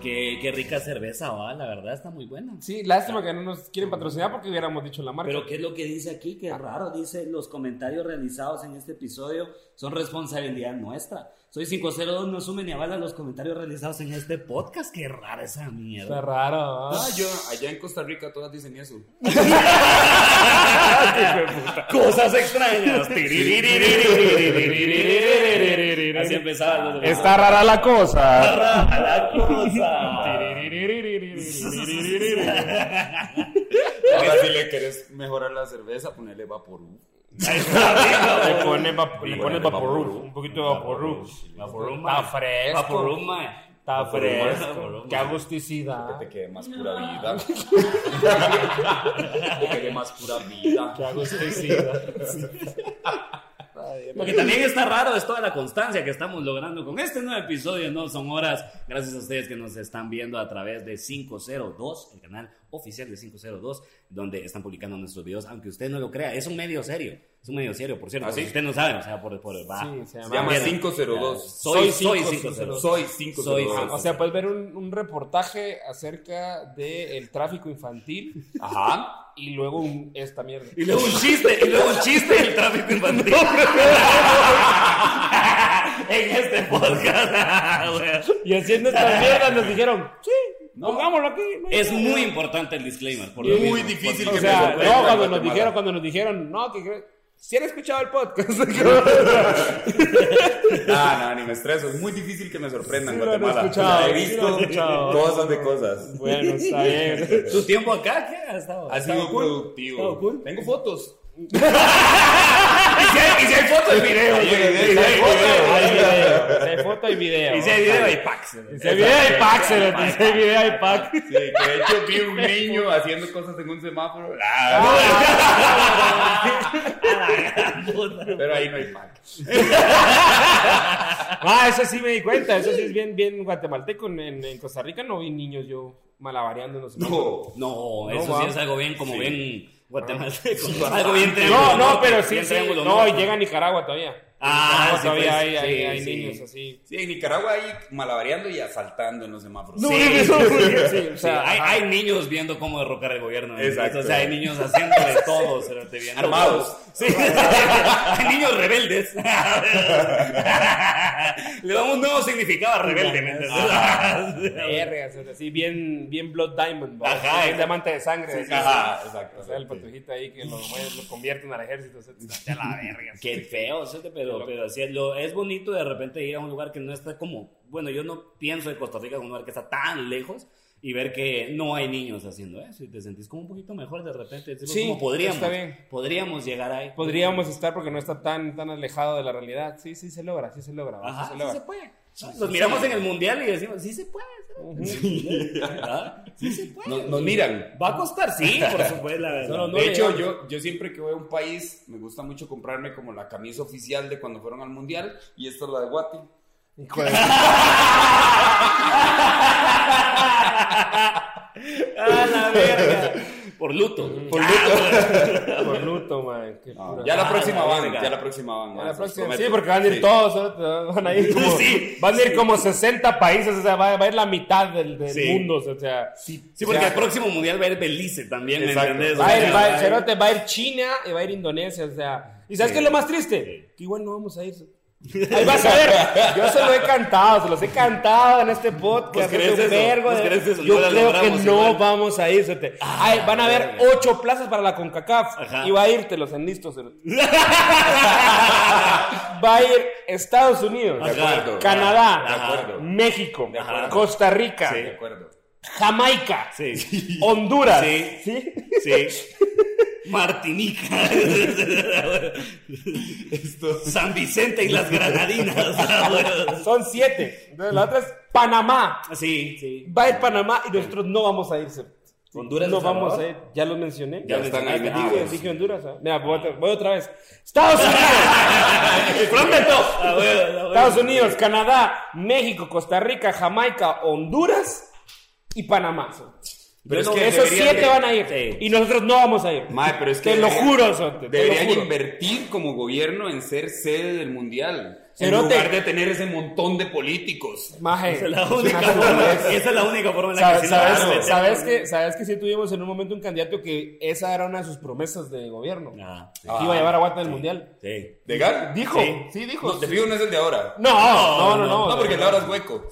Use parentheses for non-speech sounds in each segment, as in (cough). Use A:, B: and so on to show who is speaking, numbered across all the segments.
A: qué rica cerveza, va, la verdad está muy buena.
B: Sí, lástima que no nos quieren patrocinar porque hubiéramos dicho la marca.
A: Pero ¿qué es lo que dice aquí? Que raro, dice, los comentarios realizados en este episodio son responsabilidad nuestra. Soy 502, no sume ni avala los comentarios realizados en este podcast. Qué rara esa
B: Está
A: mierda.
B: raro. ¿ah?
C: Ah, yo, allá en Costa Rica todas dicen eso.
A: Cosas extrañas. Así empezaba. los-
D: Está rara la cosa.
A: Rara la cosa.
C: Ahora si le querés mejorar la cerveza, ponerle vaporú.
B: Le pones vap- le
C: Sí,
B: pones
C: bueno,
B: vaporú,
C: vaporú.
B: un poquito de vaporú.
A: Vaporú,
B: Está
A: mae.
B: fresco.
A: Vaporú, mae.
B: Está
C: Vaporú,
B: fresco.
A: vaporú,
B: Qué
A: mae.
B: agusticidad.
C: Que te quede más pura vida. que te quede más pura vida.
B: Qué agusticidad.
A: Porque también está raro, es toda la constancia que estamos logrando con este nuevo episodio. No son horas. Gracias a ustedes que nos están viendo a través de 502, el canal oficial de 502, donde están publicando nuestros videos. Aunque usted no lo crea, es un medio serio. Es un medio serio, por cierto.
C: ¿Ah, sí?
A: porque Usted no sabe, o sea, por, por va.
B: Sí, se
C: Se llama
A: Mira,
C: 502.
A: Soy, soy
B: Soy
A: 502.
B: 502.
C: Soy 502.
A: Soy-
B: O sea, puedes ver un, un reportaje acerca del tráfico infantil
A: Ah.
C: Ajá.
B: y luego un- esta mierda.
A: Y luego un chiste, y luego un chiste del tráfico infantil. (laughs) en este podcast. (laughs)
B: Y haciendo esta mierda nos dijeron, sí, pongámoslo aquí. no hay
A: es
B: pedo".
A: muy importante el disclaimer. Por lo
C: Muy
A: mismo.
C: difícil
B: O
C: que
B: sea,
C: me
B: no,
C: sorprenda
B: cuando nos
C: Guatemala.
B: dijeron, cuando nos dijeron, no, que cre- si han escuchado el podcast. (laughs)
C: Ah, no, ni me estreso. Es muy difícil que me sorprendan
B: Sí lo han
C: Guatemala.
B: escuchado,
C: Ya
B: sí
C: he
B: lo han
C: visto
B: escuchado.
C: cosas de cosas.
B: bueno, está bien.
A: ¿Tu tiempo acá qué ha estado?
C: Ha sido productivo. Tengo fotos.
A: Y si hay, y si hay fotos y videos.
C: Hay
A: güey. Y
C: videos,
A: si hay
C: hay
A: fotos,
B: Hay video, hay foto y video.
A: y si hay video, hay packs.
B: Si hay video hay pack, se lo dice, hay video hay pack.
C: Sí, que de hecho vi
B: (laughs)
C: un niño haciendo cosas en un semáforo. Ah,
B: Ah,
C: Pero ahí no hay pack.
B: Ah, eso sí me di cuenta, eso sí es bien, bien guatemalteco. En, en Costa Rica no vi niños yo malabareando en los
C: No.
A: No,
B: No,
A: eso sí
B: va.
A: es algo bien como bien guatemalteco. algo bien
B: No,
A: triángulo,
B: no, pero sí,
A: Bien
B: sí.
A: triángulo,
B: No, y llega a Nicaragua todavía.
A: Ah,
B: En Nicaragua
A: sí,
B: todavía
A: pues,
B: hay, hay-
A: sí,
B: hay
A: sí.
B: niños así.
C: Sí, en Nicaragua ahí malabareando y asaltando en los semáforos.
A: Sí,
B: eso (laughs)
A: sí,
B: sí, o
A: sí,
B: sea,
A: hay, hay niños viendo cómo derrocar el gobierno. ¿no?
C: Exacto.
A: O sea, hay niños haciendo
B: (laughs)
A: de todo. o sea, te viendo.
C: Armados.
A: Sí. (laughs) hay niños rebeldes. (laughs) Le damos un nuevo significado a rebelde. ¿me (laughs) entiendes?
B: Vergas, o sea, así, bien, bien Blood Diamond. ¿verdad?
A: Ajá,
B: Bien diamante de sangre. así,
C: Ajá, exacto.
B: O sea, el patrujito ahí que lo, mueve- lo convierten al ejército. o sea, está la verga.
A: Qué feo, o sea, pero, pero así es, lo, es bonito de repente ir a un lugar que no está como, bueno, yo no pienso de Costa Rica como un lugar que está tan lejos y ver que no hay niños haciendo eso y te sentís como un poquito mejor de repente. decimos,
B: Sí,
A: como podríamos,
B: está bien.
A: podríamos llegar ahí.
B: Podríamos estar porque no está tan, tan alejado de la realidad. Sí, sí se logra, sí se logra. ¿verdad?
A: Ajá,
B: sí se
A: sí
B: logra.
A: se puede. Nos miramos en el mundial y decimos, sí se puede. sí
B: (laughs)
A: se puede, ¿verdad? Sí se puede.
C: Nos, nos miran.
A: Va a costar, sí,
B: (laughs)
A: por supuesto, la verdad.
B: Solo no
C: De
B: le
C: hecho,
B: dan.
C: yo, yo siempre que voy a un país, me gusta mucho comprarme como la camisa oficial de cuando fueron al mundial y esta es la de Guati.
B: Hijo de-
A: (laughs) A la verga. Por luto. Por
B: Por luto, man. qué pura-
C: Ya la próxima van,
A: verga.
C: ya la próxima van.
B: Ah, Ya
C: man,
B: la
C: se los
B: próxima-
C: prometo.
B: Sí, porque van a ir
C: Sí.
B: todos, ¿no? van a ir como,
A: Sí,
B: van a ir como 60 países, o sea, va, va a ir la mitad del, del
A: Sí.
B: mundo, o sea,
A: Sí, porque
B: o sea,
A: el próximo mundial va a ir Belice también, ¿me
C: Exacto.
A: entendés?
B: va a
A: O sea,
B: ir, va a ir,
A: va a ir-
B: cerote, va a ir China y va a ir Indonesia, o sea, ¿y sabes qué es lo más triste? Que igual no
A: (laughs)
B: vamos a ir. Ahí vas a ver, yo se lo he cantado, se los he cantado en este
A: ¿Vos
B: podcast,
A: Pues crees
B: hace un
A: eso?
B: vergo
A: ¿Vos
B: de-
A: crees eso?
B: yo
A: No la
B: creo que
A: logramos
B: no
A: igual. Ah,
B: vamos a ir, cerote. Ay, van a haber
A: verga.
B: ocho plazas para la CONCACAF
A: Ajá.
B: y va a irte los enlistos, cerote. (laughs) va a ir Estados Unidos,
C: De
A: Ah,
C: acuerdo.
B: Canadá,
C: De acuerdo.
B: México,
C: De acuerdo.
B: Costa Rica,
C: De acuerdo.
B: Jamaica,
A: Sí. Sí.
B: Honduras.
A: Sí.
B: ¿Sí? (laughs)
A: Martinica. San Vicente y las
B: (laughs)
A: Granadinas. Ah,
B: Son siete. Entonces, la otra es Panamá.
A: sí, sí.
B: Va a ir Panamá y nosotros no vamos a irse.
A: Honduras,
B: no
A: El
B: vamos a ir.
A: Salvador.
B: Ya los mencioné. Ah,
C: Ya están ahí
B: Dije-
C: metidos.
B: Dije Honduras. ¿ah? Mira, voy, otra- voy otra vez. Estados
C: (laughs)
B: Unidos. Pronto.
A: Ah, bueno, ah, bueno.
B: Estados Unidos, Canadá, México, Costa Rica, Jamaica, Honduras y Panamá.
A: Yo
C: es
A: no-
C: que
B: Esos
C: deberían
B: siete
C: de-
B: van a ir.
A: Sí.
B: Y nosotros no vamos a ir.
C: Mae, pero es que
B: Te lo
C: deberían-
B: juro, Sote. Te lo
C: Deberían
B: juro.
C: invertir como gobierno en ser sede del mundial.
B: Cerote.
C: En lugar de tener ese montón de políticos. (laughs)
B: Maje.
A: Esa es la
B: (laughs)
A: única forma, esa es la única forma en la que
B: ¿Sabes,
A: sí la
B: sabes-
A: van a
B: sabes
A: meter.
B: que, sabes que sí tuvimos en un momento un candidato que esa era una de sus promesas de gobierno?
A: Ah, sí.
B: Que iba a llevar a Guatemala al mundial.
A: Sí.
C: ¿De Gar?
B: Dijo, sí, dijo.
C: No, de fijo no es el de ahora.
B: No, no, no, no.
C: No, porque el de ahora es hueco.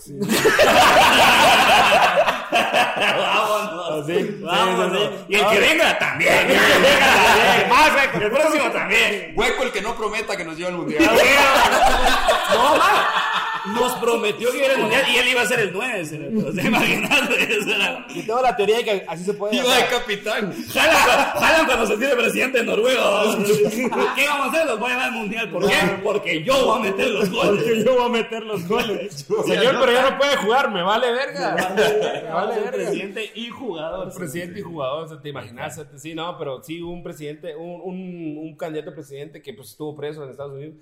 A: Vámonos.
B: (laughs) Ah, sí. Sí,
A: Vámonos.
B: sí, sí.
A: Y el que venga también. Y el que venga también. Más, güey. El próximo también.
C: Hueco el que no prometa que nos lleve al
A: Ah,
C: mundial.
B: (laughs)
A: güey. No, ma. Nos prometió que iba a ir al mundial y él iba a ser el 9. ¿Se imaginan? Eso era-
B: Yo tengo la teoría de que así se puede.
C: Iba de capitán.
A: Jalan, jalan cuando se tiene presidente de Noruega.
B: (laughs)
A: ¿Qué vamos a hacer? Los voy a llevar al mundial. ¿Por qué? Porque yo voy a meter los goles.
B: yo voy a meter los goles. Señor, pero ya no puede jugar, me vale verga. Me vale verga.
A: Presidente y jugador.
B: Presidente y jugador, o sea, te imaginas, o sea, sí, no, pero sí, un presidente, un, un, un candidato a presidente que pues estuvo preso en Estados Unidos,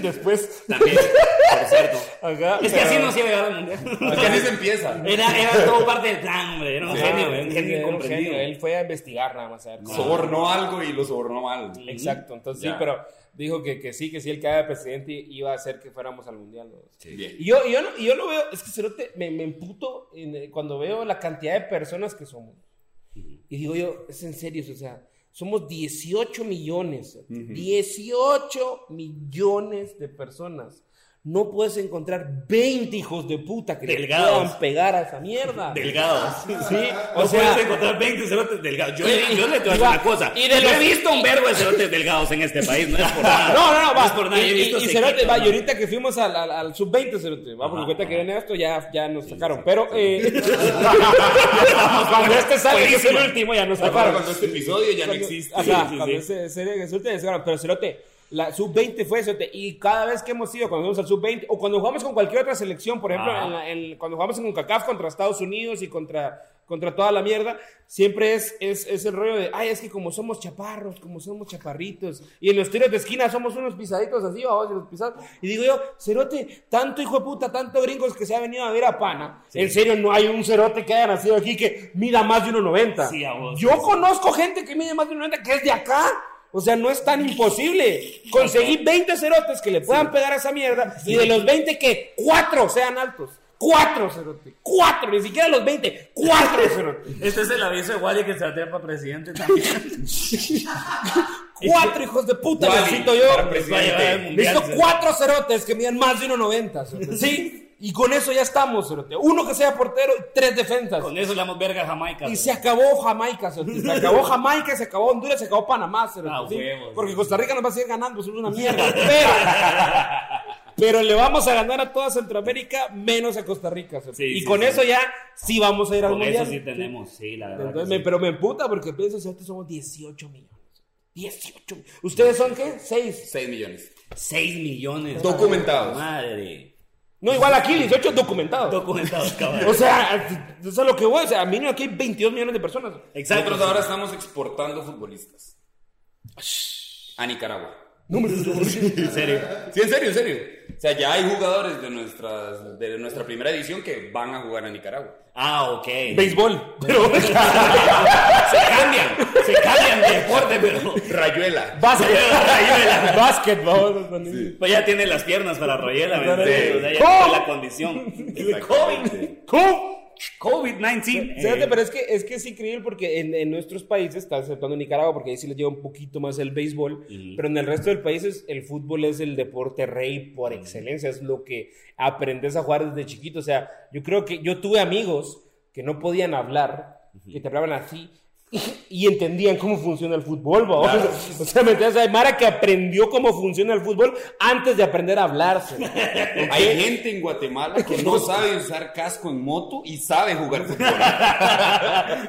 B: después, (laughs)
A: También, por cierto.
B: acá,
A: Es que así no se iba a llegar al mundial.
C: Porque así se empieza.
A: Era, era todo parte del plan, hombre. Era un
B: Ah,
A: genio, era un genio
B: sí, era un genio,
A: incomprendido.
B: Él fue a investigar nada más, a ver cómo-
C: Sobornó algo y lo sobornó mal.
B: Exacto, entonces sí,
C: Ya.
B: pero dijo que, que sí, que sí, el que era presidente iba a hacer que fuéramos al mundial. ¿no?
C: Bien.
B: Y yo, y yo, no- y yo lo veo, es que cerote, me, me emputo en- eh, cuando veo la cantidad de personas que somos. Y digo yo, es en serio, o sea, somos 18 millones, 18 millones de personas. No puedes encontrar 20 hijos de puta que
A: Delgados.
B: le puedan pegar a esa mierda.
A: Delgados.
B: Ah, Sí,
A: O
B: o
A: no
B: sea,
A: puedes encontrar 20 cerotes delgados. Yo,
B: Y-
A: yo le te voy a decir
B: y va-
A: una cosa.
B: y de
A: yo he
B: los-
A: visto un verbo de cerotes delgados en este país. No es
B: (laughs)
A: por nada.
B: No, no, no,
A: es por
B: va.
A: nada.
B: Y,
A: yo he
B: y-
A: visto
B: y
A: cequitos,
B: Cerote, va,
A: ¿no?
B: y
A: (laughs)
B: ahorita que fuimos al, al, al sub-20, Cerote, va, porque
A: Ajá,
B: cuenta que
A: ajá.
B: viene esto, ya, ya nos sacaron.
A: sí,
B: Pero eh, cuando este sale, que es el
A: Buenísimo.
B: último, ya nos
C: Ahora
B: sacaron.
C: cuando este episodio ya no
B: Cuando-
C: existe.
B: Ajá,
A: sí,
B: cuando
A: sí.
B: ese- ese era el Cerote, ya sacaron. Pero Cerote, la sub-20 fue Cerote, y cada vez que hemos ido, cuando vamos al sub-20, o cuando jugamos con cualquier otra selección, por ejemplo,
A: Ajá.
B: en la- en- cuando jugamos en CONCACAF contra Estados Unidos y contra contra toda la mierda, siempre es, es, es el rollo de, ay, es que como somos chaparros, como somos chaparritos, y en los tiros de esquina somos unos pisaditos así, vamos, y los pisados. Y digo yo, cerote, tanto hijo de puta, tanto gringos que se ha venido a ver a Pana, en serio, no hay un cerote que haya nacido aquí que mida más de 1,90.
A: Sí, a vos.
B: yo conozco gente que mide más de 1,90 que es de acá. O sea, no es tan imposible. Conseguí 20 cerotes que le puedan pegar a esa mierda y de los 20 que 4 sean altos. 4 cerote. 4, ni siquiera los 20. 4 cerote.
A: Este es el aviso de Wally que se atrapa presidente
B: (laughs)
A: también.
B: 4 hijos de puta,
C: Wally,
B: necesito
C: para
B: yo.
A: Va a llevar al
C: presidente.
A: mundial,
B: Necesito
A: cerote.
B: 4 cerotes que miden más de 1.90. cerote. Sí, y con eso ya estamos, cerote. Uno que sea portero y 3 defensas.
A: Con eso le damos verga a Jamaica. pues.
B: Y
A: cerote.
B: se acabó Jamaica, cerote. se
A: (laughs)
B: acabó Jamaica, se acabó Honduras, se acabó Panamá, cerote,
A: Ah,
B: ¿sí?
A: huevos.
B: porque Costa Rica nos va a seguir ganando,
A: (laughs)
B: es una mierda. Pero, pero le vamos a ganar a toda Centroamérica menos a Costa Rica. cerote.
A: Sí,
B: y
A: sí,
B: con
A: sí.
B: eso ya sí vamos a ir al
A: Con eso
B: mundial.
A: sí tenemos, sí, la verdad.
B: Entonces,
A: que
B: me-
A: sí.
B: pero me emputa porque pienso, cerote, somos 18 millones. 18. ¿Ustedes son qué? 6.
C: 6 millones.
A: 6 millones.
C: Documentados.
A: Madre.
B: No, igual aquí 18 documentados.
A: Documentados,
B: O
A: cabrón.
B: sea, eso es lo que voy. O sea, a mínimo aquí hay 22 millones de personas.
A: Exacto.
C: Nosotros ahora estamos exportando futbolistas. A Nicaragua.
B: Números.
A: En serio.
C: Sí, en serio, en serio. O sea, ya hay jugadores de, nuestras, de nuestra primera edición que van a jugar a Nicaragua.
B: (laughs)
A: Ah, ok.
B: Béisbol. Pero.
A: Se cambian. Se cambian de deporte, pero.
C: Rayuela.
B: Básquet.
A: Rayuela.
B: Básquet, vamos. Dani.
A: Pues ya tiene las piernas para Royela, ¿me entiendes?
C: Sí.
A: pues, O sea, ya
B: ¿Cómo?
A: tiene la condición. COVID.
B: ¿Cómo?
A: COVID-19.
B: Fíjate,
A: Eh,
B: pero es que, es que es increíble porque en, en nuestros países, está aceptando Nicaragua porque ahí sí les lleva un poquito más el béisbol, pero en el resto del país es- el fútbol es el deporte rey por excelencia, es lo que aprendes a jugar desde chiquito. O sea, yo creo que yo tuve amigos que no podían hablar, que te hablaban así. Y entendían cómo funciona el fútbol, ¿va?
C: Claro.
B: (laughs) O sea, ¿me entiendes? Hay Mara que aprendió cómo funciona el fútbol antes de aprender a hablarse.
C: Hay gente en Guatemala que no sabe usar casco en moto y sabe jugar fútbol.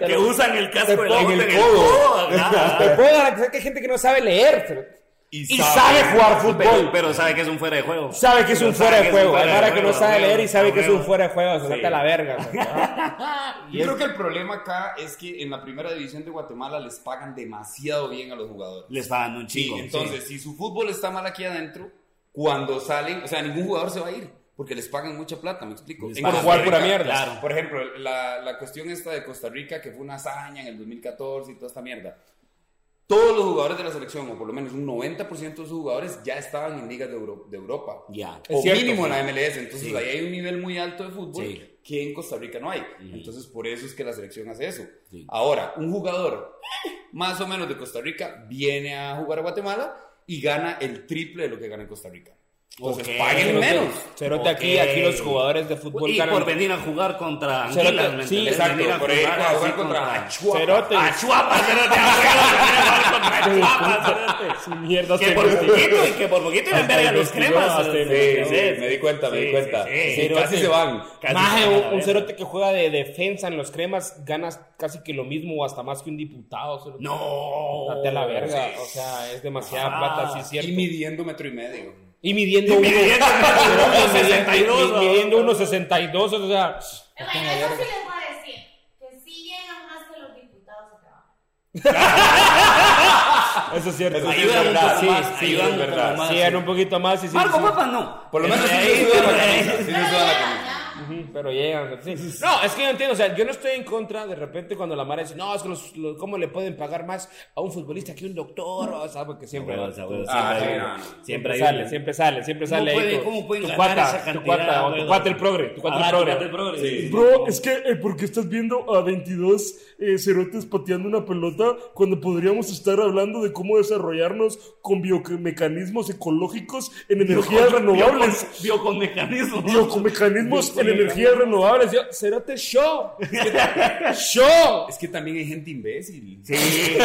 A: Eh, que usan el casco
B: Te
A: de la
B: pongo
A: moto
B: en
A: en
B: el
A: el
B: codo.
A: codo. ah,
B: (laughs) Te
A: ajá.
B: puedo garantizar que hay gente que no sabe leer, pero- y, sabe, jugar fútbol.
A: Pero, pero sabe que es un fuera de juego.
B: sabe que es un
A: Pero sabe
B: fuera de juego. Hay
A: fuera de
B: Mara que no
A: juego,
B: sabe
A: a huevo,
B: leer y sabe
A: a
B: que es un
A: huevo.
B: fuera de juego. Se
A: Sí.
B: mata la verga. güey. (laughs)
C: Yo creo que el problema acá es que en la primera división de Guatemala les pagan demasiado bien a los jugadores.
A: Les pagan un
C: Sí,
A: chingo.
C: entonces, si su fútbol está mal aquí adentro, cuando salen, o sea, ningún jugador se va a ir. porque les pagan mucha plata, me explico.
A: Les
C: En
A: pagan
C: Costa
B: por jugar pura
C: Rica,
B: mierda.
C: Claro. Por ejemplo, la, la cuestión esta de Costa Rica, que fue una hazaña en el 2014 y toda esta mierda. Todos los jugadores de la selección, o por lo menos un 90% de sus jugadores, ya estaban en ligas de, Euro- de Europa.
A: Ya.
B: Es
C: o
B: cierto,
C: mínimo en
B: sí.
C: la MLS. Entonces
A: Sí.
C: ahí hay un nivel muy alto de fútbol
A: Sí.
C: que en Costa Rica no hay.
A: Ujú.
C: Entonces por eso es que la selección hace eso.
A: Sí.
C: Ahora, un jugador eh, más o menos de Costa Rica viene a jugar a Guatemala y gana el triple de lo que gana en Costa Rica. Entonces
A: Ok.
C: paguen menos.
B: Cerote, aquí,
A: Ok.
B: aquí los jugadores de fútbol
A: Y
B: ganan-
A: por venir a jugar contra
B: Cerote,
A: Anguilas, ¿me
B: sí,
A: entendés?
C: Exacto,
A: Venir a
C: por ahí
A: jugar
C: a jugar
A: así
C: contra Achua.
B: Cerote.
A: A Chuapa, cerote, a jugar- venir
B: ah,
A: a jugar contra Chuapa, cerote.
B: Sí, mierda,
A: Que
B: se-
A: por poquito, y que por poquito eran
B: Hasta
A: verga
B: el
A: los
B: 22,
A: cremas.
B: hasta el
C: Sí, sí, me di cuenta, me
A: Sí,
C: di cuenta.
A: sí, sí.
C: Sí,
A: Cerote.
C: casi se van.
B: (laughs)
A: Casi
B: Maje,
A: se van a la
B: un, un
A: verga.
B: cerote que juega de defensa en los cremas ganas casi que lo mismo o hasta más que un diputado. cerote.
A: No.
B: Date a la verga. O sea, es demasiada
A: Ah,
B: plata, sí es cierto.
C: Y midiendo metro y medio.
B: Y midiendo
A: Y
B: uno-
A: midiendo uno
B: (laughs)
A: 62, ¿no?
B: Midiendo 1.62, o sea.
D: Pero bueno, eso sí les voy a decir, que sí llegan más que los diputados a trabajar.
B: Eso es cierto.
C: Eso sí es
A: Ayudan un
C: verdad,
A: poco
C: sí,
A: más.
C: sí,
A: Ayudan
C: es
A: un poco
C: verdad.
A: más.
B: Sí,
A: sí.
B: era un poquito más. Sí, sí,
A: Marco
B: sí.
A: Papa no.
C: Por lo menos sí
A: Ahí,
C: se suda la
A: ahí.
D: Pero
C: camisa. Sí se suda
D: llegan,
C: la camisa.
D: ¿no?
B: Ujú, Pero llegan. sí. No, es que yo entiendo. O sea, yo no estoy en contra de repente cuando la madre dice, no, es que los, los- ¿cómo le pueden pagar más a un futbolista que un doctor? O sea, porque siempre.
A: Huevos, huevos,
C: Ah,
A: siempre
C: sí,
A: hay
C: no,
A: uno.
C: no.
A: Siempre hay
B: sale,
A: uno.
B: siempre sale, siempre
A: ¿Cómo
B: sale. ahí
A: puede-
B: tu-
A: cómo pueden
B: tu
A: ganar
B: cuata,
A: esa cantidad,
B: Tu cuata, o tu
A: huevos?
B: cuata el progre, tu cuata
A: Ah,
B: el
A: tu
B: progre.
A: cuate el progre, sí.
E: Bro, es que eh, porque estás viendo a 22 eh, cerotes pateando una pelota cuando podríamos estar hablando de cómo desarrollarnos con biomecanismos ecológicos en energías renovables.
A: Vio con mecanismo.
E: Biomecanismos en energías renovables. Yo,
B: Cerote show. show.
C: Es que también hay gente imbécil.
A: Sí, sí,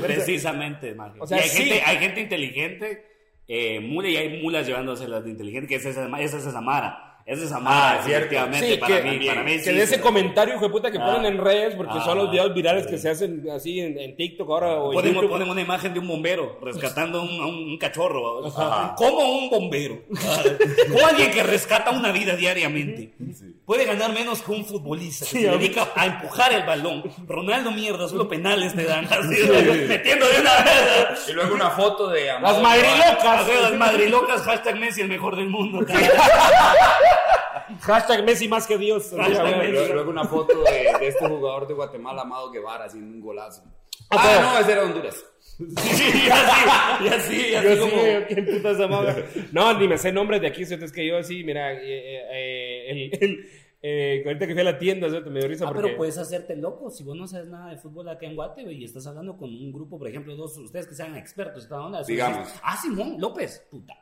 A: precisamente, Mario.
B: O sea,
A: Y hay,
B: sí.
A: gente, hay gente inteligente, eh, mula, y hay mulas llevándose las de inteligente, que es esa, esa es esa Mara. Esa es Samara,
C: Ah, cierto.
A: efectivamente,
B: Sí,
A: para,
B: que-
A: mí, para mí.
B: que
A: sí,
B: de ese
A: pero-
B: comentario, hijo de puta, que
A: Ah.
B: ponen en redes, porque son
A: Ah,
B: los videos virales
A: sí.
B: que se hacen así en, en TikTok ahora o en
A: Ponemos,
B: YouTube.
A: ponemos una imagen de un bombero rescatando a un, a un- un cachorro. Como un
B: (laughs)
A: bombero. O alguien que rescata una vida diariamente. Puede ganar menos que un futbolista que se dedica a empujar el balón. Ronaldo mierda, solo penales te dan. así, metiendo de una vez.
C: Y luego una foto de Amado
B: Las
C: Guevara.
B: madrilocas.
A: Hacer las madrilocas, hashtag Messi el mejor del mundo.
B: Hashtag Messi más que Dios.
A: Hashtag
B: Ah,
A: Messi.
C: Luego luego una foto de, de este jugador de Guatemala, Amado Guevara, haciendo un golazo.
B: Ah,
C: Ah,
B: pero-
C: no, ese era Honduras.
A: Sí, y así, y así, y así
B: Yo sí,
A: como-
B: yo, ¿quién putas amaba? No, ni me sé nombres de aquí, ¿cierto? Es que yo sí, mira, eh, eh, eh, el, el, eh, ahorita que fui a la tienda, ¿cierto? Me dio risa
A: Ah,
B: porque...
A: pero puedes hacerte loco si vos no sabes nada de fútbol acá en Guate güey, y estás hablando con un grupo, por ejemplo, dos ustedes que sean expertos, cada onda. así
C: Digamos.
A: dices, ah, Simón López, puta.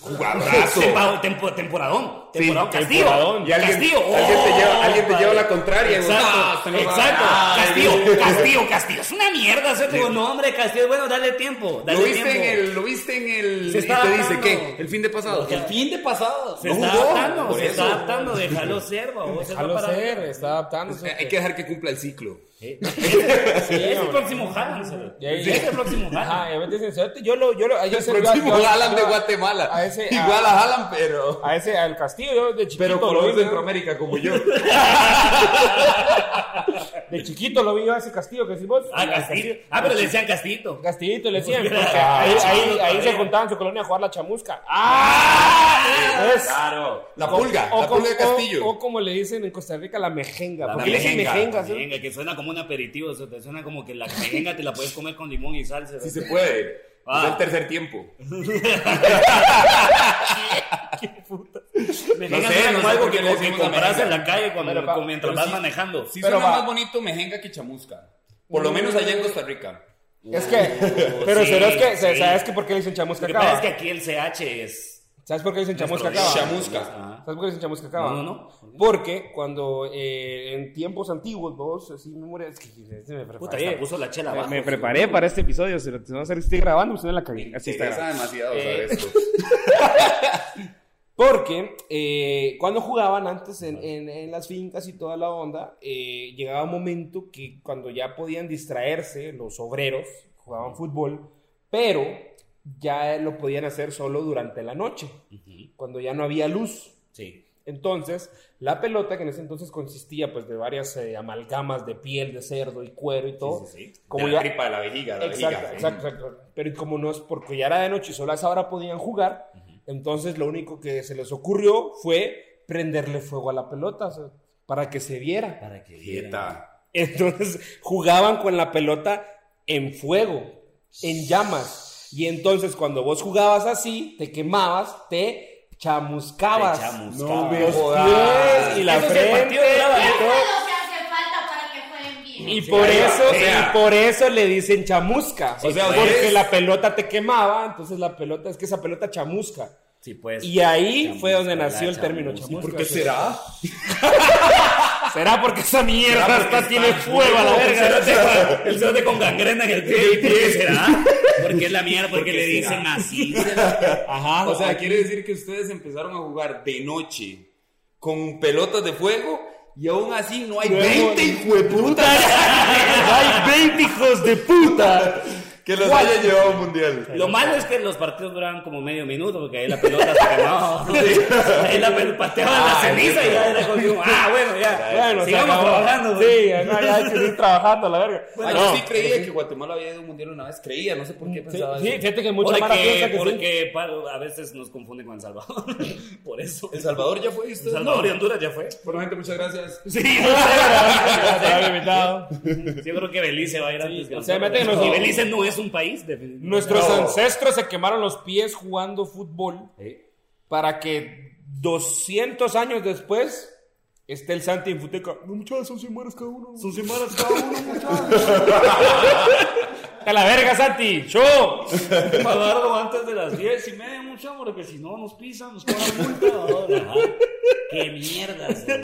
C: Jugadorazo.
A: Tempa- tempo- temporadón, temporadón, Castillo.
B: temporadón.
C: Y alguien,
A: Castillo, oh,
C: alguien te lleva, alguien te lleva
A: padre.
C: la contraria. güey. Ah,
A: Exacto,
C: este no va a
A: exacto.
C: ganar.
A: Castillo,
C: (laughs)
A: Castillo, Castillo. Es una mierda, ¿cierto? Digo, no, hombre, Castillo, bueno, dale tiempo. Dale
C: Lo viste,
A: tiempo.
C: en el, lo viste en el.
A: Se
C: y
A: está
C: te dice,
A: adaptando.
C: ¿qué? El fin de pasado. El fin de pasado.
A: Se
C: No
A: está
C: jugó,
A: adaptando,
C: por
A: se está
C: eso.
A: adaptando, déjalo ser, babo, se va
B: Déjalo
A: para- (laughs)
B: ser, está
A: Pues,
B: adaptándose.
C: Hay que dejar que cumpla el ciclo.
A: Sí. Es el
B: hombre.
A: próximo Haaland, ¿sabes?
B: Ya, ya.
A: Es el próximo
B: Ajá,
A: Haaland.
B: ya me dicen, cerote, yo lo... Yo lo yo
C: El próximo Haaland de
B: Guatemala.
C: Guatemala.
B: a ese- a-
C: Igual a Haaland, pero.
B: A ese, al Castillo, yo de chiquito
C: Pero
B: lo
C: color
B: vi, ¿no?
C: Centroamérica, como yo.
B: De chiquito lo vi yo a ese Castillo que decimos.
A: Ah, Castillo. Ah, pero le decían Castito.
B: Castillito le decían. porque
A: Ah,
B: ahí
A: chiquito
B: ahí, ahí se
A: todavía.
B: juntaban en su colonia a jugar la chamusca. ¡Ah! Es-
A: Claro.
C: La pulga, la
B: como-
C: pulga de Castillo.
B: O, o como le dicen en Costa Rica, la mejenga.
A: La
B: Porque le dicen
A: mejenga,
B: mejenga.
A: la
B: ¿sí?
A: mejenga, que suena como un aperitivo, o sea, te suena como que la mejenga te la puedes comer con limón y salsa.
C: Si se puede.
A: Ah.
C: Es el tercer tiempo.
A: Mejenga
C: No sé,
A: suena
C: no
A: como
C: sé
A: algo
C: por
A: que,
C: qué le
A: como que
C: decimos la
A: compras en
C: mejenga.
A: la calle cuando,
B: Pero, pa-
A: como mientras
C: pero
A: vas
C: sí-
A: manejando.
C: Sí
B: Pero
C: suena
B: va.
C: más bonito mejenga que chamusca. Por lo menos allá en Costa Rica.
B: Es que.
A: (laughs)
B: Pero
A: sí,
B: será es que. se-
A: sí.
B: ¿Sabes que por qué le dicen
A: Lo
B: chamusca
A: que pasa es
B: acaba?
A: que aquí el CH es...
B: ¿Sabes por qué le dicen chamusca
A: nuestro-
B: acaba?
C: Chamusca.
A: Ajá.
B: ¿Sabes por qué le dicen chamusca acaba?
A: No, no, no.
B: Porque cuando eh, en tiempos antiguos, vos, así memoria, es que este me preparé.
A: Puta, hasta puso la chela
B: me,
A: abajo.
B: me preparé para este episodio. Si no si no se estoy grabando, pues no la cagué. Así está.
C: Interesa demasiado saber (laughs)
B: Eh.
C: esto.
B: Porque eh, cuando jugaban antes en, en- en las fincas y toda la onda, eh, llegaba un momento que cuando ya podían distraerse los obreros, jugaban fútbol, pero ya lo podían hacer solo durante la noche,
A: Ujú,
B: cuando ya no había luz.
A: Sí.
B: Entonces, la pelota, que en ese entonces consistía pues de varias eh, amalgamas de piel, de cerdo y cuero y todo,
A: Sí, sí, sí.
B: como
C: de
B: ya...
C: la tripa de la vejiga, de la
B: Exacto,
C: vejiga.
B: exacto, exacto. Pero como no es porque ya era de noche y solo a esa hora podían jugar, Entonces lo único que se les ocurrió fue prenderle fuego a la pelota o sea, para que se viera.
A: Para que vieran.
C: Quieta.
B: Entonces jugaban con la pelota en fuego, en llamas. Y entonces cuando vos jugabas así, te quemabas, te chamuscabas.
A: Te chamuscabas.
B: No me los
C: jodas.
B: pies y la
A: Eso es el
B: frente.
A: partido de la-
B: y
D: Eso
B: todo.
D: es lo que hace falta para que jueguen bien.
B: Y por
C: sea,
B: eso,
C: sea.
B: y por eso le dicen chamusca.
C: O sea,
B: porque
C: ustedes-
B: la pelota te quemaba, entonces la pelota, es que esa pelota chamusca.
A: Sí, pues.
B: Y ahí
A: Chamusca,
B: fue donde
A: la
B: nació el término
A: chamusca.
B: chamusca.
C: ¿Por qué será?
B: ¿Será porque esa mierda hasta tiene fuego a la
A: El
B: verga?
A: cerote con- El cerote con gangrena en el pie. ¿Y por qué será? Porque es la mierda, porque le dicen así.
B: ah. Ajá.
C: Ah, O sea, quiere decir que ustedes empezaron a jugar de noche con pelotas de fuego y aún así no hay 20 hijueputas (laughs)
B: hay 20 hijos de puta.
C: que los haya llevado a un mundial.
A: Lo malo es que los partidos duraban como medio minuto, porque ahí la pelota se quemaba. Ahí la pelota pateaba la
C: Ah,
A: ceniza y ya era como, ah, bueno, ya.
B: Bueno, se
A: sigamos
B: acabó.
A: trabajando.
B: Sí, no, ya hay que seguir trabajando, la verga.
C: Ah,
B: No.
C: yo sí creía que Guatemala había ido a un mundial una vez. Creía, no sé por qué
B: Sí,
C: pensaba
B: sí,
C: eso.
B: fíjate que mucha mara piensa
A: Porque,
B: que sí.
A: porque pa- a veces nos confunden con El Salvador. (laughs) Por eso.
C: El Salvador ya fue.
A: El Salvador y Honduras ya fue.
C: Bueno, gente, muchas gracias.
A: Sí,
B: Gracias por haberme invitado.
A: Yo creo que Belice va a ir antes que
B: o sea,
A: nosotros.
B: mete que nos-
A: Y Belice no es un país, definitivamente.
B: Nuestros ancestros se quemaron los pies jugando fútbol para que 200 años después esté el Santi en Futeca.
E: No, muchachos, son 100 varas cada uno. Son 100
B: (laughs) ¡A la verga, Santi! ¡Show!
A: pagarlo antes de las 10 y media, mucho amor, que si no nos pisan, nos cobran multa. (laughs) ahora. ¡Qué mierdas! güey.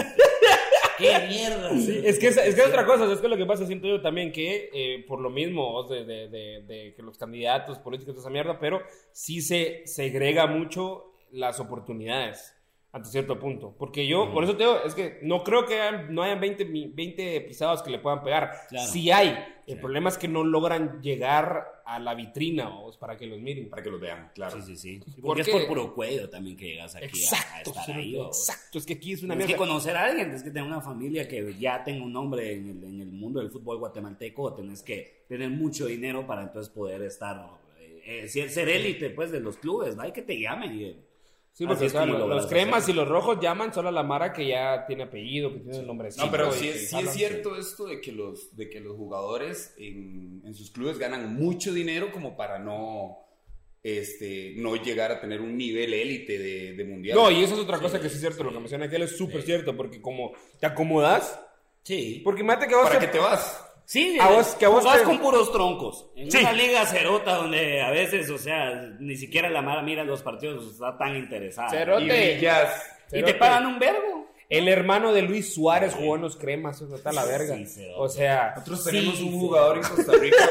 A: ¡Qué mierdas!
B: Sí, es que es, es que es otra cosa, es que lo que pasa siento yo también que eh, por lo mismo vos, de, de- de- de que los candidatos políticos de esa mierda, pero sí se segrega mucho las oportunidades hasta cierto punto, porque yo, por eso te digo, es que no creo que hayan- no hayan 20, mi- 20 pisados que le puedan pegar,
A: Claro.
B: sí hay, el problema es que no logran llegar a la vitrina vos, para que los miren.
C: Para que los vean, claro.
A: Sí, sí, sí.
B: ¿Por
A: Porque es
B: qué?
A: por puro cuello también que llegas aquí a-
B: Exacto,
A: a, "Ah, estar ahí. ¿o?
B: exacto, es que aquí es una
A: Tienes
B: mierda.
A: que conocer a alguien, tienes que tener una familia que ya tenga un nombre en el, en el mundo del fútbol guatemalteco, o tenés que tener mucho dinero para entonces poder estar, eh, eh, ser, ser élite pues de los clubes, ¿no? Hay que te llamen. y, eh,
B: Sí, porque
A: Así es
B: o sea,
A: como
B: lo-
A: logras
B: los cremas y los rojos llaman solo a la Mara que ya tiene apellido, que tiene el nombre.
C: No, pero sí, es- sí es cierto esto de que los, de que los jugadores en, en sus clubes ganan mucho dinero como para no, este, no llegar a tener un nivel élite de, de mundial.
B: No, y eso es otra cosa que sí es cierto, lo que menciona aquel es súper cierto, porque como te acomodas,
A: Sí.
B: porque mate que vos
C: ¿Para
B: te-
C: qué te vas?
A: Sí,
B: A
A: eh,
B: vos- que a vos
A: jugás
B: te-
A: con puros troncos. En
B: Sí.
A: una liga cerota donde a veces, o sea, ni siquiera la mara mira los partidos, está tan interesada.
B: Cerote.
C: Y
B: Te-
C: brillas.
A: Y te
B: Cerote.
A: pagan un vergo.
B: El hermano de Luis Suárez jugó en los cremas, eso está la verga.
A: Sí, sí,
B: o sea,
C: Nosotros
B: sí,
C: tenemos un
B: sí.
C: jugador en Costa Rica.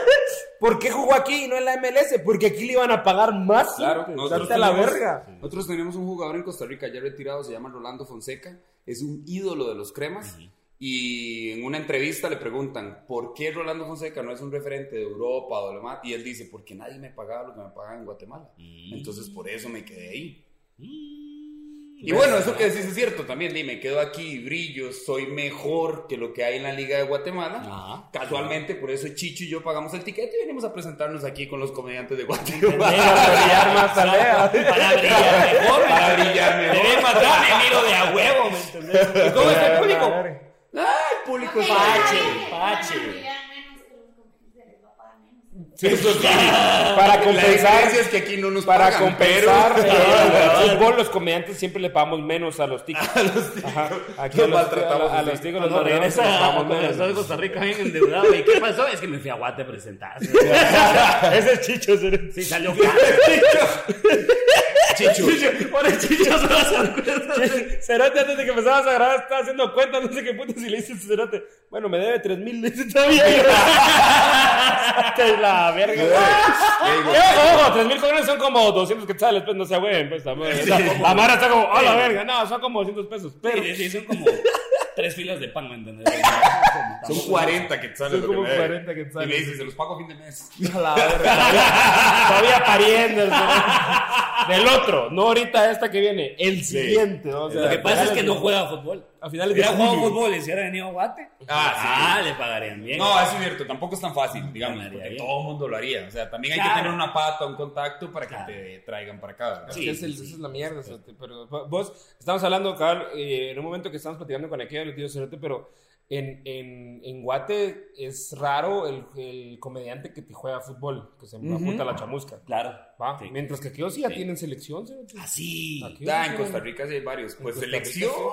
B: ¿Por qué jugó aquí y no en la MLS? Porque aquí le iban a pagar más.
C: Claro,
B: gente.
C: nosotros
B: Está la
C: tenemos-
B: verga.
C: Nosotros tenemos un jugador en Costa Rica ya retirado, se llama Rolando Fonseca, es un ídolo de los cremas. Y en una entrevista le preguntan, ¿por qué Rolando Fonseca no es un referente de Europa o de lo más? Y él dice, porque nadie me pagaba lo que me pagaban en Guatemala.
A: Mm.
C: Entonces por eso me quedé ahí.
A: Mm.
C: Y bueno, eso que decís es cierto también. Dime, quedo aquí, brillo, soy mejor que lo que hay en la Liga de Guatemala.
B: Ah,
A: Ajá.
C: Casualmente, por eso Chicho y yo pagamos el tiquete y venimos a presentarnos aquí con los comediantes de Guatemala. (laughs)
A: (laughs) Para brillar mejor.
C: Para brillar
A: Me
C: mejor.
A: ven más atrás, me miro de a huevo, ¿me entendés?
C: ¿Y ¿Cómo está el
B: La
C: público?
B: verga.
C: ¡Ah, el público es
A: Pache,
D: Ay,
A: pache.
D: van a brillar menos que los competidores, va a pagar menos.
C: Eso sí.
B: Para
C: La
B: compensar,
C: diferencia es que aquí no nos
B: Para
C: pagan, (laughs)
B: compensar (laughs)
C: pero-
B: eh, el fútbol, los comediantes siempre le pagamos menos a los ticos. Ajá, Aquí
C: Los
B: a los,
C: maltratamos
B: a- a
C: así.
B: los ticos los
A: Cuando
B: maltratamos
A: regresa
B: y les pagamos
A: a
B: menos.
A: de Costa Rica bien endeudado. ¿Y qué pasó? Es que me fui a Guate a presentar.
B: (laughs) Ese es Chicho, ese-
A: Sí, salió caro.
C: Chicho.
A: Por el chicho se va a hacer
B: Cerote, antes de que empezabas a grabar, estaba haciendo cuentas, no sé qué putas, y le dices a Cerote, bueno, me debe 3 mil, le dice, está bien. (laughs) Sácate la verga.
C: Ey,
B: Eh, Ojo, 3 mil colones son como 200 quetzales, pues no se agüen, pues la madre, la- la mara está como, a la verga, no, son como 200 pesos,
A: (laughs)
B: pero...
A: Sí, sí, son como tres filas de pan, ¿me entendés?
C: Son 40 quetzales.
B: Son
C: lo que
B: como
C: me debe.
B: 40 quetzales.
C: Y me dice, se los pago a fin de mes.
B: A la verga, todavía, todavía pariendo. el señor. Del otro, no ahorita esta que viene, el siguiente. ¿no? O sea,
A: Lo que pasa es
B: finales
A: que
B: de-
A: no juega fútbol.
B: A finales de
A: Hubiera jugado
B: julio.
A: fútbol y si hubiera venido a Guate.
C: Ah,
A: le pagarían bien.
C: No, eso es cierto, tampoco es tan fácil, digamos,
A: Ganaría
C: porque
A: bien.
C: todo el mundo lo haría. O sea, también hay
A: Claro.
C: que tener una pata, un contacto para que
A: Claro.
C: te traigan para acá. ¿verdad?
A: Sí,
B: es, que es el-
A: sí,
B: esa es la mierda. o sea, te- pero vos, estamos hablando, cabal, eh, en un momento que estamos platicando con aquello, los tíos Cerote, pero en, en, en Guate es raro el, el comediante que te juega fútbol, que se apunta a la chamusca.
A: Claro.
B: ¿va?
A: Sí.
B: Mientras que aquí sí ya
A: Sí.
B: tienen selección. Cerote.
A: Así.
B: Aquí
C: Ya,
B: sí
C: en
B: tienen-
C: Costa Rica sí hay varios. Pues
B: Costa
C: selección. pues,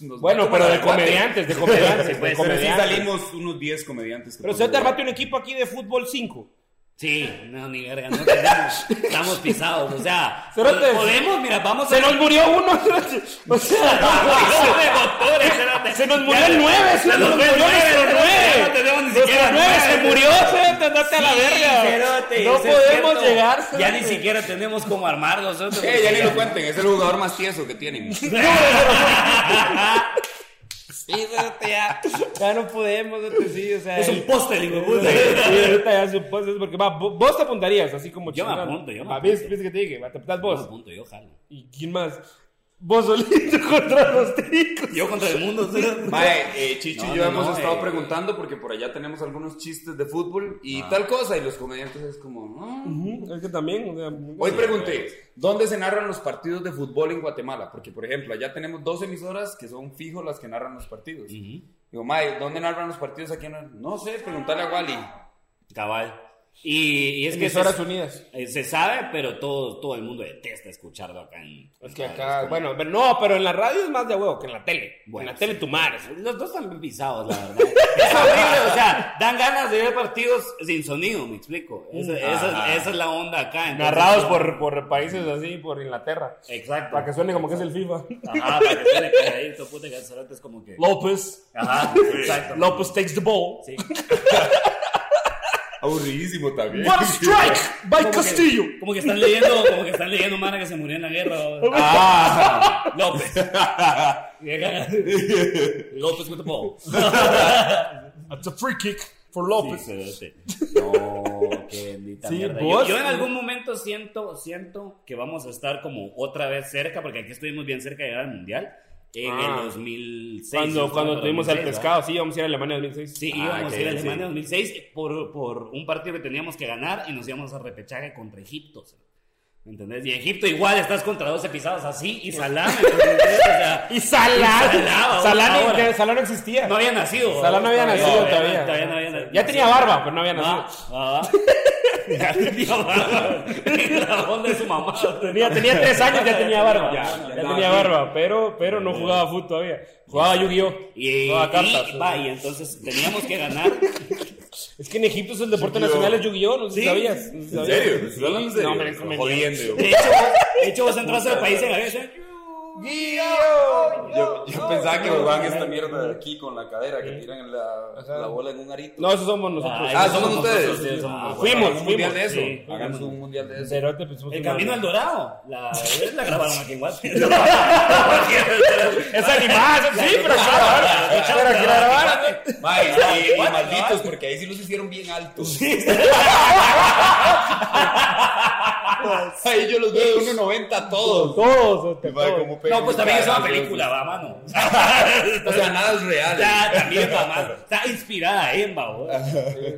B: Rica
C: nos va
B: Bueno,
C: a
B: pero
C: tomar
B: de
C: el bate. (laughs)
B: comediantes, (laughs) de comediantes,
A: Puede ser,
B: de
A: sí
C: Pero sí
B: comediantes.
C: salimos unos 10 comediantes. que
B: Pero
C: podemos
B: Cerote,
C: ver.
B: armate un equipo aquí de fútbol 5.
A: Sí, no, ni verga, no tenemos. Estamos pisados, o sea.
B: Cerotes.
A: Podemos, mira, vamos a.
B: Se nos murió uno. Cerote. O sea, se nos murió el 9.
A: Se nos fue el nueve,
B: nuestro
A: cerote, no
B: 9.
A: tenemos ni siquiera
B: Nuestro 9 se
A: nueve.
B: murió, cerote, andate a la
A: Sí,
B: verga.
A: cerote,
B: No
A: eso es
B: podemos
A: cierto.
B: llegar,
A: Ya
B: cerote.
A: ni siquiera tenemos como armar nosotros.
C: Eh, ya ni lo cuenten, es el jugador más tieso que tienen. (laughs)
B: Sí, cerote, ya. Ya no podemos, cerote, sí, o sea.
A: Es un
B: el-
A: póster, hijo de puta.
B: (laughs) Sí, ahorita ya supongo, es porque va, vo- vos te apuntarías, así como
A: Yo me
B: chingón.
A: apunto, yo me
B: Va, ¿Ves,
A: apunto.
B: ves que te dije? Va, Te apuntás
A: No,
B: vos.
A: punto, yo jalo.
B: ¿Y quién más? Vos solito (laughs) contra los ticos.
A: Yo contra el mundo, cerote.
C: Mae,
E: (laughs)
C: eh, Chicho
A: No,
C: y yo
A: no,
C: hemos
A: no,
C: estado
A: eh.
C: preguntando porque por allá tenemos algunos chistes de fútbol y tal cosa, y los comediantes es como. "Ah".
E: Mm.
B: Ujú, Es que también, o sea,
C: Hoy pregunté, ¿dónde se narran los partidos de fútbol en Guatemala? Porque, por ejemplo, allá tenemos dos emisoras que son fijos las que narran los partidos. Digo, Mae, ¿dónde narran los partidos aquí? en- No sé, preguntarle a Wally.
A: Cabal. Y, y es que se,
B: Emisoras Unidas.
A: eh, se sabe, pero todo, todo el mundo detesta escucharlo acá en.
B: Es que acá, bueno, pero no, pero en la radio es más de huevo que en la tele.
A: Bueno,
B: en la tele tu madre.
A: Los dos están bien pisados, la verdad. Es horrible, o sea, dan ganas de ver partidos sin sonido, me explico. Esa, esa es, esa es la onda acá. entonces-
B: Narrados por, por países así, por Inglaterra.
A: Exacto.
B: Para que suene como que es el (laughs) FIFA.
A: Ajá, para que suene calladito, puta, que el cerote es como que...
E: López.
A: Ajá, exacto.
E: López takes the ball.
A: Sí.
C: Aburridísimo también.
E: What a strike by Castillo.
A: Como que están leyendo, como que están leyendo Mara que se murió en la guerra. o-
C: Ah,
B: (laughs)
A: López. López with the ball.
E: That's a free kick for López.
A: Sí, cerote. No, qué bendita
B: Pues, (laughs) Sí,
A: mierda.
B: vos-
A: Yo, yo en algún momento siento, siento que vamos a estar como otra vez cerca, porque aquí estuvimos bien cerca de llegar al Mundial. En
B: Ah.
A: el 2006.
B: Cuando,
A: justo
B: cuando tuvimos al
A: 2006, ¿va?
B: pescado, sí, íbamos a ir a Alemania en 2006.
A: Sí,
C: Ah,
A: íbamos a
C: qué
A: ir a
C: bien,
A: Alemania
C: sí.
A: 2006 por, por un partido que teníamos que ganar y nos íbamos a repechaje contra Egipto. cerote. ¿Me entendés? Y Egipto igual estás contra 12 pisados así y
B: (laughs)
A: salame. ¿me entendés? O sea,
B: Y Salah.
A: Y Salah,
B: Salah, ni-
A: ahora.
B: Salah no existía.
A: no había nacido.
B: Salah no había nacido todavía.
A: Todavía no había nacido.
B: ya tenía barba, pero no había nacido.
A: Ah, ah. (laughs) Ya tenía barba. La onda de su mamá.
B: Tenía, tenía tres años, ya tenía barba.
A: Ya,
B: Ya,
C: ya,
B: tenía
C: ya.
B: barba, pero, pero no jugaba fútbol todavía. Jugaba Yu-Gi-Oh!
A: Y,
B: Jugaba cartas.
A: y, va, y entonces teníamos que ganar.
B: Es que en Egipto es el deporte
C: Yu-Gi-Oh.
B: nacional, es Yu-Gi-Oh! No sé si
A: Sí.
B: sabías. No sé si sabías.
C: (laughs) ¿En serio? ¿Me ¿Estás hablando en serio?
B: No, hombre,
C: Está
B: conveniente.
C: jodiendo. yo.
E: (laughs)
A: De hecho, vos- de hecho vos entras al país en la cabeza.
C: Yo, yo pensaba que jugaban esta mierda de aquí con la cadera, que tiran la, la bola en un arito.
B: No, esos somos nosotros.
A: Ah,
C: ah,
A: somos
C: somos ustedes.
A: nosotros, sí, somos
C: Ah,
A: nosotros.
C: bueno,
B: Fuimos,
C: hagamos un mundial
B: fuimos,
C: de
A: sí.
C: eso. Hagamos un mundial de eso.
B: Cerote, pues, somos
A: El
B: una-
A: camino al dorado. La, la grabaron aquí en
B: (laughs)
A: Guate.
B: Es animal, eso sí,
C: ah,
B: pero claro. Pero claro.
C: Mae, y, y ah. malditos, porque ahí sí los hicieron bien altos. (laughs) ahí yo los veo de 1.90 a todos.
B: Todos,
C: Y,
B: cerote,
C: mae,
B: todos.
C: cómo pegan
A: No, pues también es una
C: caras,
A: película, va, mano.
C: O sea, nada es real.
A: Está (laughs) también, va, mano. Está inspirada en, va,
B: (laughs)
A: vos.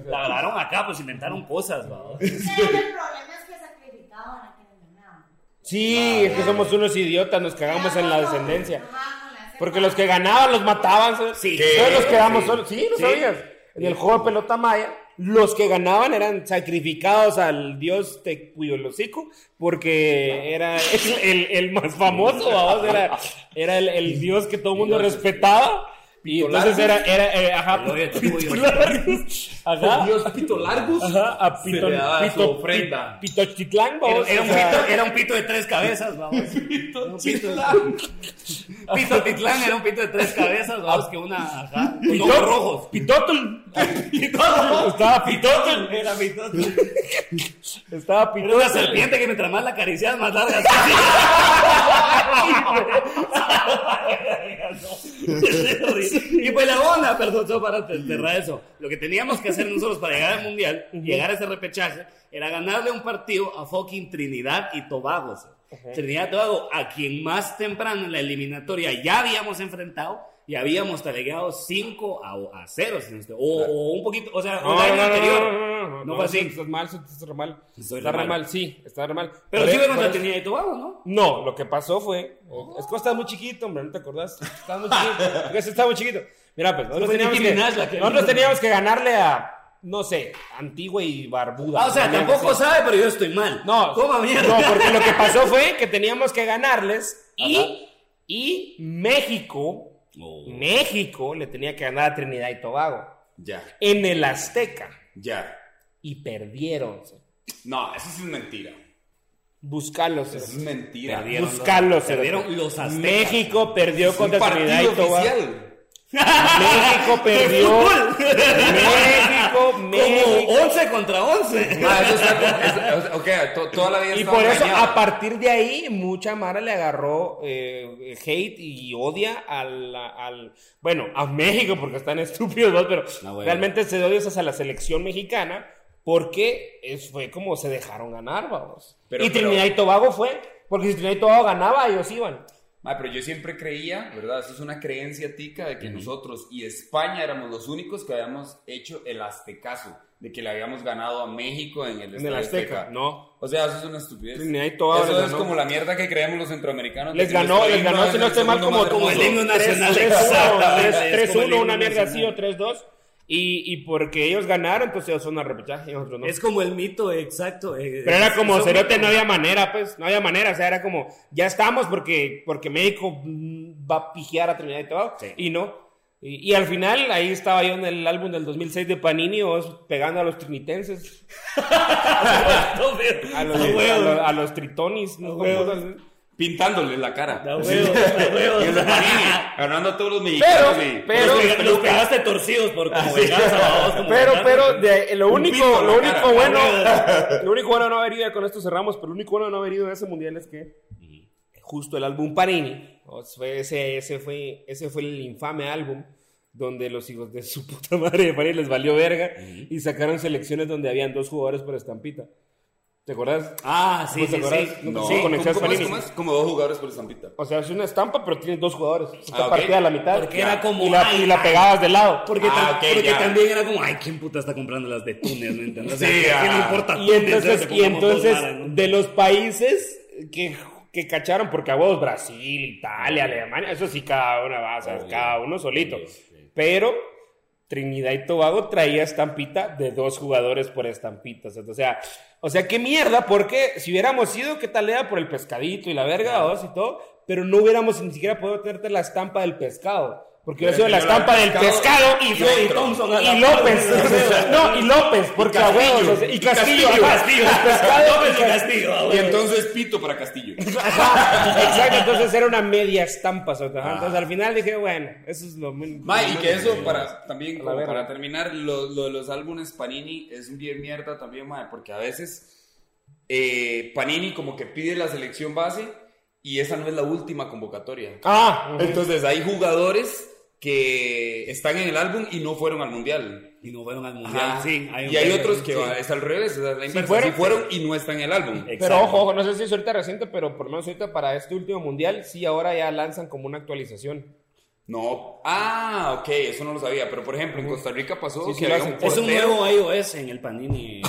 A: La grabaron acá, pues inventaron cosas, va. vos.
D: Pero el problema es que sacrificaban a quienes ganaban.
B: Sí, es que somos unos idiotas, nos cagamos en la descendencia.
D: Ajá, con la descendencia.
B: Porque los que ganaban los mataban. ¿sabes?
A: Sí.
B: Todos nos quedamos
A: Sí.
B: solos. Sí, no
A: Sí.
B: sabías. En el juego de pelota maya, los que ganaban eran sacrificados al dios Tecuiolocico, porque era (laughs) el, el- el más famoso, vamos, era, era el, el dios que todo el mundo respetaba. Y entonces era, era eh, ajá,
A: El odio de Tecuyo.
B: Pitolargus, ajá,
C: Dios pito largos.
B: ajá, a
C: Se le
B: Pito,
C: daba su
B: Pito,
C: ofrenda.
B: Pitochitlán,
A: Era,
B: vamos,
A: era un
B: o sea,
A: pito, era un pito de tres cabezas, vamos. (laughs) Un pito, (laughs) pito titlán era un pito de tres cabezas, vamos, que una, ajá, con ojos
B: Pitotl,
A: rojos.
B: Pitotl,
A: Pitoto.
B: Estaba
A: Pitoto. Era pitoto.
B: Estaba
A: Era
B: pitoso.
A: una serpiente que mientras más la acariciabas, más larga. se hacía. y pues la onda, perdón, solo para cerrar eso. Lo que teníamos que hacer nosotros para llegar al mundial, llegar a ese repechaje, era ganarle un partido a fucking Trinidad y Tobago. sí. Trinidad y Tobago, a quien más temprano en la eliminatoria ya habíamos enfrentado. Y habíamos talegado 5 a, a 0, si no estoy- o, o un poquito, o sea, un año anterior. no fue así.
B: Estás mal, estás re mal.
A: Estoy
B: Estás
A: re
B: re
A: mal.
B: mal, sí, estás re mal.
A: Pero
B: Por
A: sí
B: eso-
A: vemos
B: por
A: la
B: eso-
A: Trinidad y Tobago, ¿no?
B: No, lo que pasó fue. Es que estabas muy chiquito, hombre, ¿no te acordás? Estabas
A: (laughs)
B: muy chiquito. Porque estaba muy chiquito. Mira, pues nosotros
A: Fue
B: teníamos,
A: Nicki
B: que,
A: Minaj la que-
B: nosotros teníamos que ganarle a, no sé, Antigua y Barbuda.
A: Ah, o sea,
B: Teníamos
A: tampoco
B: que-
A: sabe, pero yo estoy mal.
B: No,
A: Toma mierda.
B: no, porque lo que pasó fue que teníamos que ganarles y, y México,
A: Oh. (laughs)
B: México le tenía que ganar a Trinidad y Tobago
C: Ya,
B: en el Azteca
C: ya.
B: y perdieron.
C: No, eso sí es mentira.
B: Buscarlos.
C: Eso es mentira.
A: Perdieron.
B: Buscarlos.
A: Perdieron los aztecas.
B: México perdió
C: Es un
B: contra Trinidad y
C: partido
B: Tobago.
C: oficial.
B: (laughs) México perdió. México, México.
A: (laughs) Como 11 contra 11.
C: Ah, eso está- eso- ok, to- toda la vida
B: Y
C: estaba
B: por eso,
C: engañado.
B: a partir de ahí, mucha Mara le agarró eh, hate y odia al, al. Bueno, a México, porque están estúpidos, ¿no? pero
A: No, bueno.
B: realmente se odios hacia la selección mexicana, porque es- fue como se dejaron ganar, vamos.
C: Pero-
B: y
C: pero-
B: Trinidad y Tobago fue, porque si Trinidad y Tobago ganaba, ellos iban.
C: Ma, Ah, pero yo siempre creía, ¿verdad? Eso es una creencia tica de que nosotros y España éramos los únicos que habíamos hecho el aztecaso, de que le habíamos ganado a México en el,
B: En el
C: Estadio
B: Azteca, no.
C: O sea, eso es una estupidez.
B: Trinidad y Tobago les
C: Eso es
B: ganó.
C: como la mierda que creemos los centroamericanos. de
B: Les
C: que
B: ganó,
C: nuestro
B: les
C: himno
B: ganó,
C: es
B: si no
C: el
B: estoy mal,
C: segundo
B: como
C: más
B: como
A: el himno
C: hermoso.
A: nacional.
B: 3-1,
A: Exactamente, es como el
B: 3-1, una
A: himno
B: mierda así
A: nacional.
B: o 3-2. Y, y porque ellos ganaron, entonces ellos son a repechaje y nosotros no.
A: Es como el mito exacto. eh,
B: Pero
A: es-
B: era como,
A: son
B: Cerote,
A: mitos.
B: no había manera, pues, no había manera, o sea, era como, ya estamos porque, porque México mm, va a pijear a Trinidad y Tobago,
A: Sí.
B: y no. Y, y al final, ahí estaba yo en el álbum del 2006 de Panini, vos, pegando a los trinitenses,
A: No, pero-
B: a los,
A: (laughs) (laughs) a
B: a
A: huevo.
B: los- a los tritonis, ¿no?
A: huevo.
B: Cosas así.
C: Pintándole la cara.
A: A huevo, a huevo.
C: Y en la
A: (laughs)
C: Panini, Ganando a todos los mexicanos.
B: Pero,
C: y-
B: pero,
A: Los pe- los pegaste torcidos por como venganza, babos, como
B: Ah, Pero,
A: venganza.
B: pero, de- lo único,
C: pito en la
B: lo único
C: cara.
B: bueno, lo único bueno de no haber ido, con esto cerramos, pero lo único bueno de no haber ido a ese mundial es que justo el álbum Panini, o sea, fue ese, ese, fue, ese fue el infame álbum donde los hijos de su (laughs) puta madre de Panini les valió verga y sacaron selecciones donde habían dos jugadores por estampita. ¿Te acuerdas?
A: Ah, sí,
B: ¿Vos te
A: sí, sí.
B: acordás?
C: No,
B: Sí, con el
C: ¿cómo-
B: Chas
C: cómo es?
B: Panini.
C: ¿Cómo es? Como dos jugadores por estampita.
B: O sea, es una estampa, pero tienes dos jugadores. Está
C: Ah, ok.
B: partida a la mitad.
A: Porque era como,
B: Y la,
A: ay,
B: y la
A: ay.
B: pegabas de lado.
A: Porque,
C: Ah,
A: tam-
C: ok,
A: porque
C: ya.
A: también era como, ay, ¿quién puta está comprando las de Túnez? ¿No entiendes? O sea,
C: Sí,
A: ¿Qué le
C: ah.
A: importa
B: Y
A: Túnez?
B: entonces,
A: O sea,
B: y
A: como dos
B: entonces
A: varas, ¿no?
B: de los países que, que cacharon, porque a vos Brasil, Italia, Alemania, eso sí, cada uno va, o sea, cada uno solito. Pero Trinidad y Tobago traía estampita de dos jugadores por estampita. O sea, O sea, o sea, qué mierda, porque si hubiéramos ido, qué tal era por el pescadito y la verga, dos y todo, pero no hubiéramos ni siquiera podido tenerte la estampa del pescado. Porque hubiera sido la
C: Hubiera tenido
B: estampa
C: la
B: del
C: del
B: pescado
C: pescado
B: y,
C: y otro.
B: y Thompson a la
A: Y
B: y (laughs) López. no, y López, porque a huevos, o sea, y Castillo.
A: Castillo,
B: ajá,
A: Castillo.
B: el pescado
A: López
B: y
A: y Castillo, ah,
C: Y
A: bueno.
C: entonces pito para Castillo.
B: Ajá, (laughs) Exacto, entonces era una media estampa. o sea, ajá, Entonces al final dije, bueno, eso es lo mismo.
C: Ma, y que eso para también
B: A la
C: como
B: verga.
C: para terminar lo, lo de los álbumes Panini es un bien mierda también ma, porque a veces eh, Panini como que pide la selección base y esa no es la última convocatoria
B: Ah, ujú.
C: entonces hay jugadores que están en el álbum y no fueron al mundial
A: Y no fueron al mundial,
C: Ajá.
A: sí.
C: y hay
A: un-
C: otros que
A: sí.
C: va- es al revés o sea, la inversa, sí
B: fueron. Eh.
C: fueron, y no están en el álbum
A: Exacto.
B: Pero ojo, ojo, no sé si es ahorita reciente, pero por lo menos ahorita para este último mundial, sí, ahora ya lanzan como una actualización.
C: no ah ok eso no lo sabía pero por ejemplo en Costa Rica pasó
B: Sí, sí
C: que
B: lo
C: había un
B: hacen.
A: Es un
C: portero-
A: nuevo iOS en el Panini.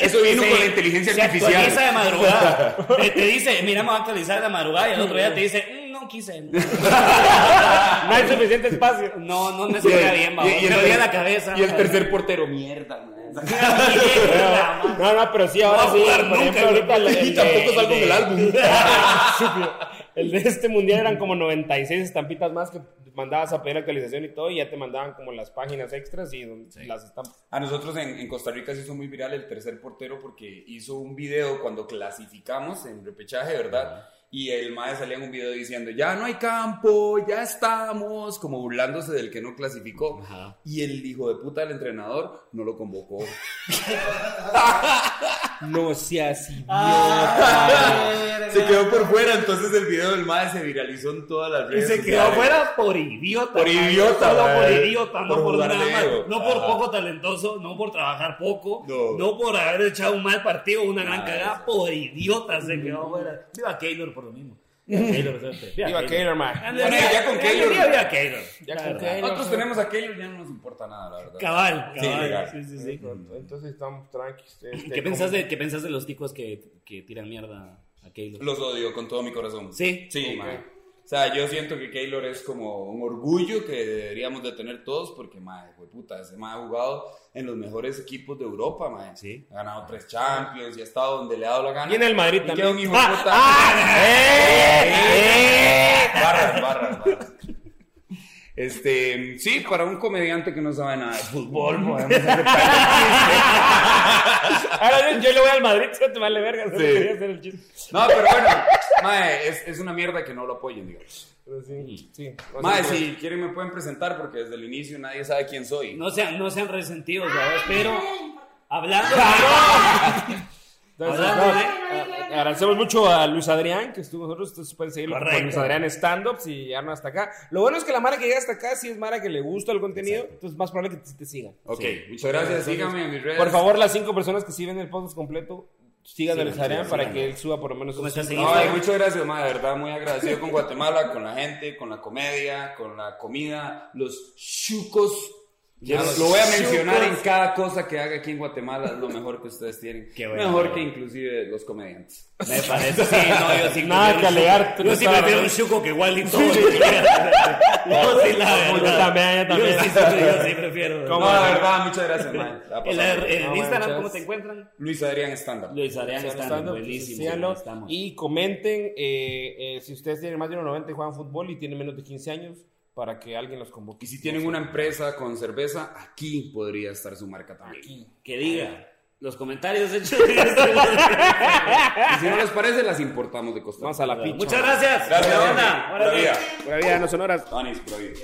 C: eso vino
A: Sí,
C: con la inteligencia
A: se
C: artificial
A: actualiza de
C: (laughs)
A: madrugada. Te, te dice, mira, me va a actualizar de madrugada y el otro día te dice, "Mm, no
C: (laughs)
A: quise.
B: Ah, No hay suficiente espacio.
A: No, no me suena bien, babón. Me dolía la cabeza.
C: y el
A: (laughs)
C: (laughs) tercer portero, mierda, man.
A: Mierda, man.
B: No, no, pero sí,
A: va
B: ahora
A: a
B: sí.
A: jugar
B: por ejemplo,
A: nunca,
B: ahorita el-
C: Y
B: el
C: tampoco
B: de-
C: salgo
B: el
C: del
B: de- (laughs)
C: álbum.
B: Estúpido. El de este mundial eran como 96 estampitas más que mandabas a pedir actualización y todo, y ya te mandaban como las páginas extras y don- las estampas.
C: A nosotros en, en Costa Rica se hizo muy viral el tercer portero porque hizo un video cuando clasificamos en repechaje, ¿verdad? y el mae salía en un video diciendo, ya no hay campo, ya estamos, como burlándose del que no clasificó.
A: Ajá.
C: Y el hijo de puta del entrenador no lo convocó.
B: (laughs) No seas idiota.
A: Ah,
C: se quedó por fuera, entonces el video del mae se viralizó en todas las
A: Y
C: redes
A: se quedó
C: sociales.
A: fuera por idiota.
C: Por
A: man.
C: idiota,
A: Solo por
C: man.
A: idiota, no
C: Por
A: por nada
C: jugarleo.
A: más. No por
C: Ajá.
A: poco talentoso, no por trabajar poco, no,
C: No.
A: por haber echado un mal partido, una gran
C: Ah,
A: cagada. Por eh, idiota se quedó fuera. Viva Keylor por lo mismo. Viva Keylor, suerte.
B: Viva Keylor, man.
A: Ande,
C: Bueno,
A: viva-
C: ya con
A: ande,
C: Keylor.
A: Viva Keylor.
B: Ya
A: La
B: con
A: verdad.
B: Keylor.
C: Nosotros tenemos aquello, ya no nos importa nada, la verdad.
A: Cabal,
C: Sí, legal.
A: cabal. Sí, sí, sí.
B: Entonces estamos tranquilos. este,
A: ¿Qué pensás
B: como-
A: de, qué pensás de los ticos que, que tiran mierda a Keylor?
C: Los odio con todo mi corazón.
A: Sí. Oh,
C: Sí,
B: Ok.
C: mae. Oh, O sea, yo siento que Keylor es como un orgullo que deberíamos de tener todos porque, madre, puta, ese mae ha jugado en los mejores equipos de Europa, mae.
A: Sí.
C: Ha ganado tres Champions y ha estado donde le ha dado la gana.
B: Y en el Madrid
C: Y
B: también. Ah, eh,
C: queda un hijo de puta. Barras, barras, barras. Este, sí, para un comediante que no sabe nada de fútbol,
B: (laughs)
C: podemos
B: Ahora Ah, yo- yo le voy al Madrid, (laughs) se te vale verga. solo
C: Sí.
B: quería hacer el chiste.
C: No, pero bueno, mae, es, es una mierda que no lo apoyen, digamos.
B: Pero sí, sí. o sea,
C: Mae,
B: pues,
C: si quieren me pueden presentar porque desde el inicio nadie sabe quién soy.
A: No sean, no sean resentidos, ¿sabes? pero hablando...
B: entonces,
A: Hablando
B: no,
A: de-
B: a- a- agradecemos mucho a Luis Adrián que estuvo con nosotros. Ustedes pueden seguirlo por
A: Correcto.
B: Luis Adrián Stand Up si llegaron hasta acá. Lo bueno es que la Mara que llega hasta acá sí es Mara que le gusta el contenido. Entonces, más probable que te, te sigan.
C: Ok, muchas gracias. Síganme en mis redes.
B: Por favor, las cinco personas que sí ven el podcast completo, sigan a Luis Adrián para que él suba por lo menos
A: ¿Cómo
B: un
A: estás,
B: cinco.
A: señor?
C: Ay, muchas gracias, ma, de verdad, muy agradecido con Guatemala, con la gente, con la comedia, con la comida, los chucos. Ya
A: Los
C: lo voy a mencionar en
A: chucos.
C: cada cosa que haga aquí en Guatemala, es lo mejor que ustedes tienen.
A: Qué bueno.
C: mejor que inclusive los comediantes.
A: Me parece, sí, no, yo sí prefiero
B: Nada que
A: un chuco.
B: alegar, tú
A: Yo
B: no
A: sí
B: estabas-
A: prefiero un chuco que
B: (laughs)
A: Wallington. Yo sí, la verdad.
B: Yo también, yo también.
A: Yo sí, yo sí prefiero.
B: ¿Cómo?
C: No, de verdad, muchas gracias, ma, la
A: En,
C: pasamos.
A: la- en
B: No,
A: Instagram,
B: muchas-
A: ¿cómo te encuentran?
C: Luis Adrián Estándar.
A: Luis Adrián
B: Sigan
A: está
B: estando,
A: buenísimo.
B: pues, síganlo.
A: ahí estamos.
B: Y comenten eh, eh, si ustedes tienen más de 1,90 y juegan fútbol y tienen menos de 15 años para que alguien los convoque.
C: Y si tienen una empresa con cerveza, aquí podría estar su marca también.
A: que diga los comentarios hechos. (laughs) de este-
C: Y si no les parece, las importamos de Costa
B: Vamos
C: Rica.
B: a la picha.
A: Muchas gracias.
C: Gracias.
A: Buena onda.
C: Buena vida.
B: Buena vida, no sonoras.
C: Donis, por ahí.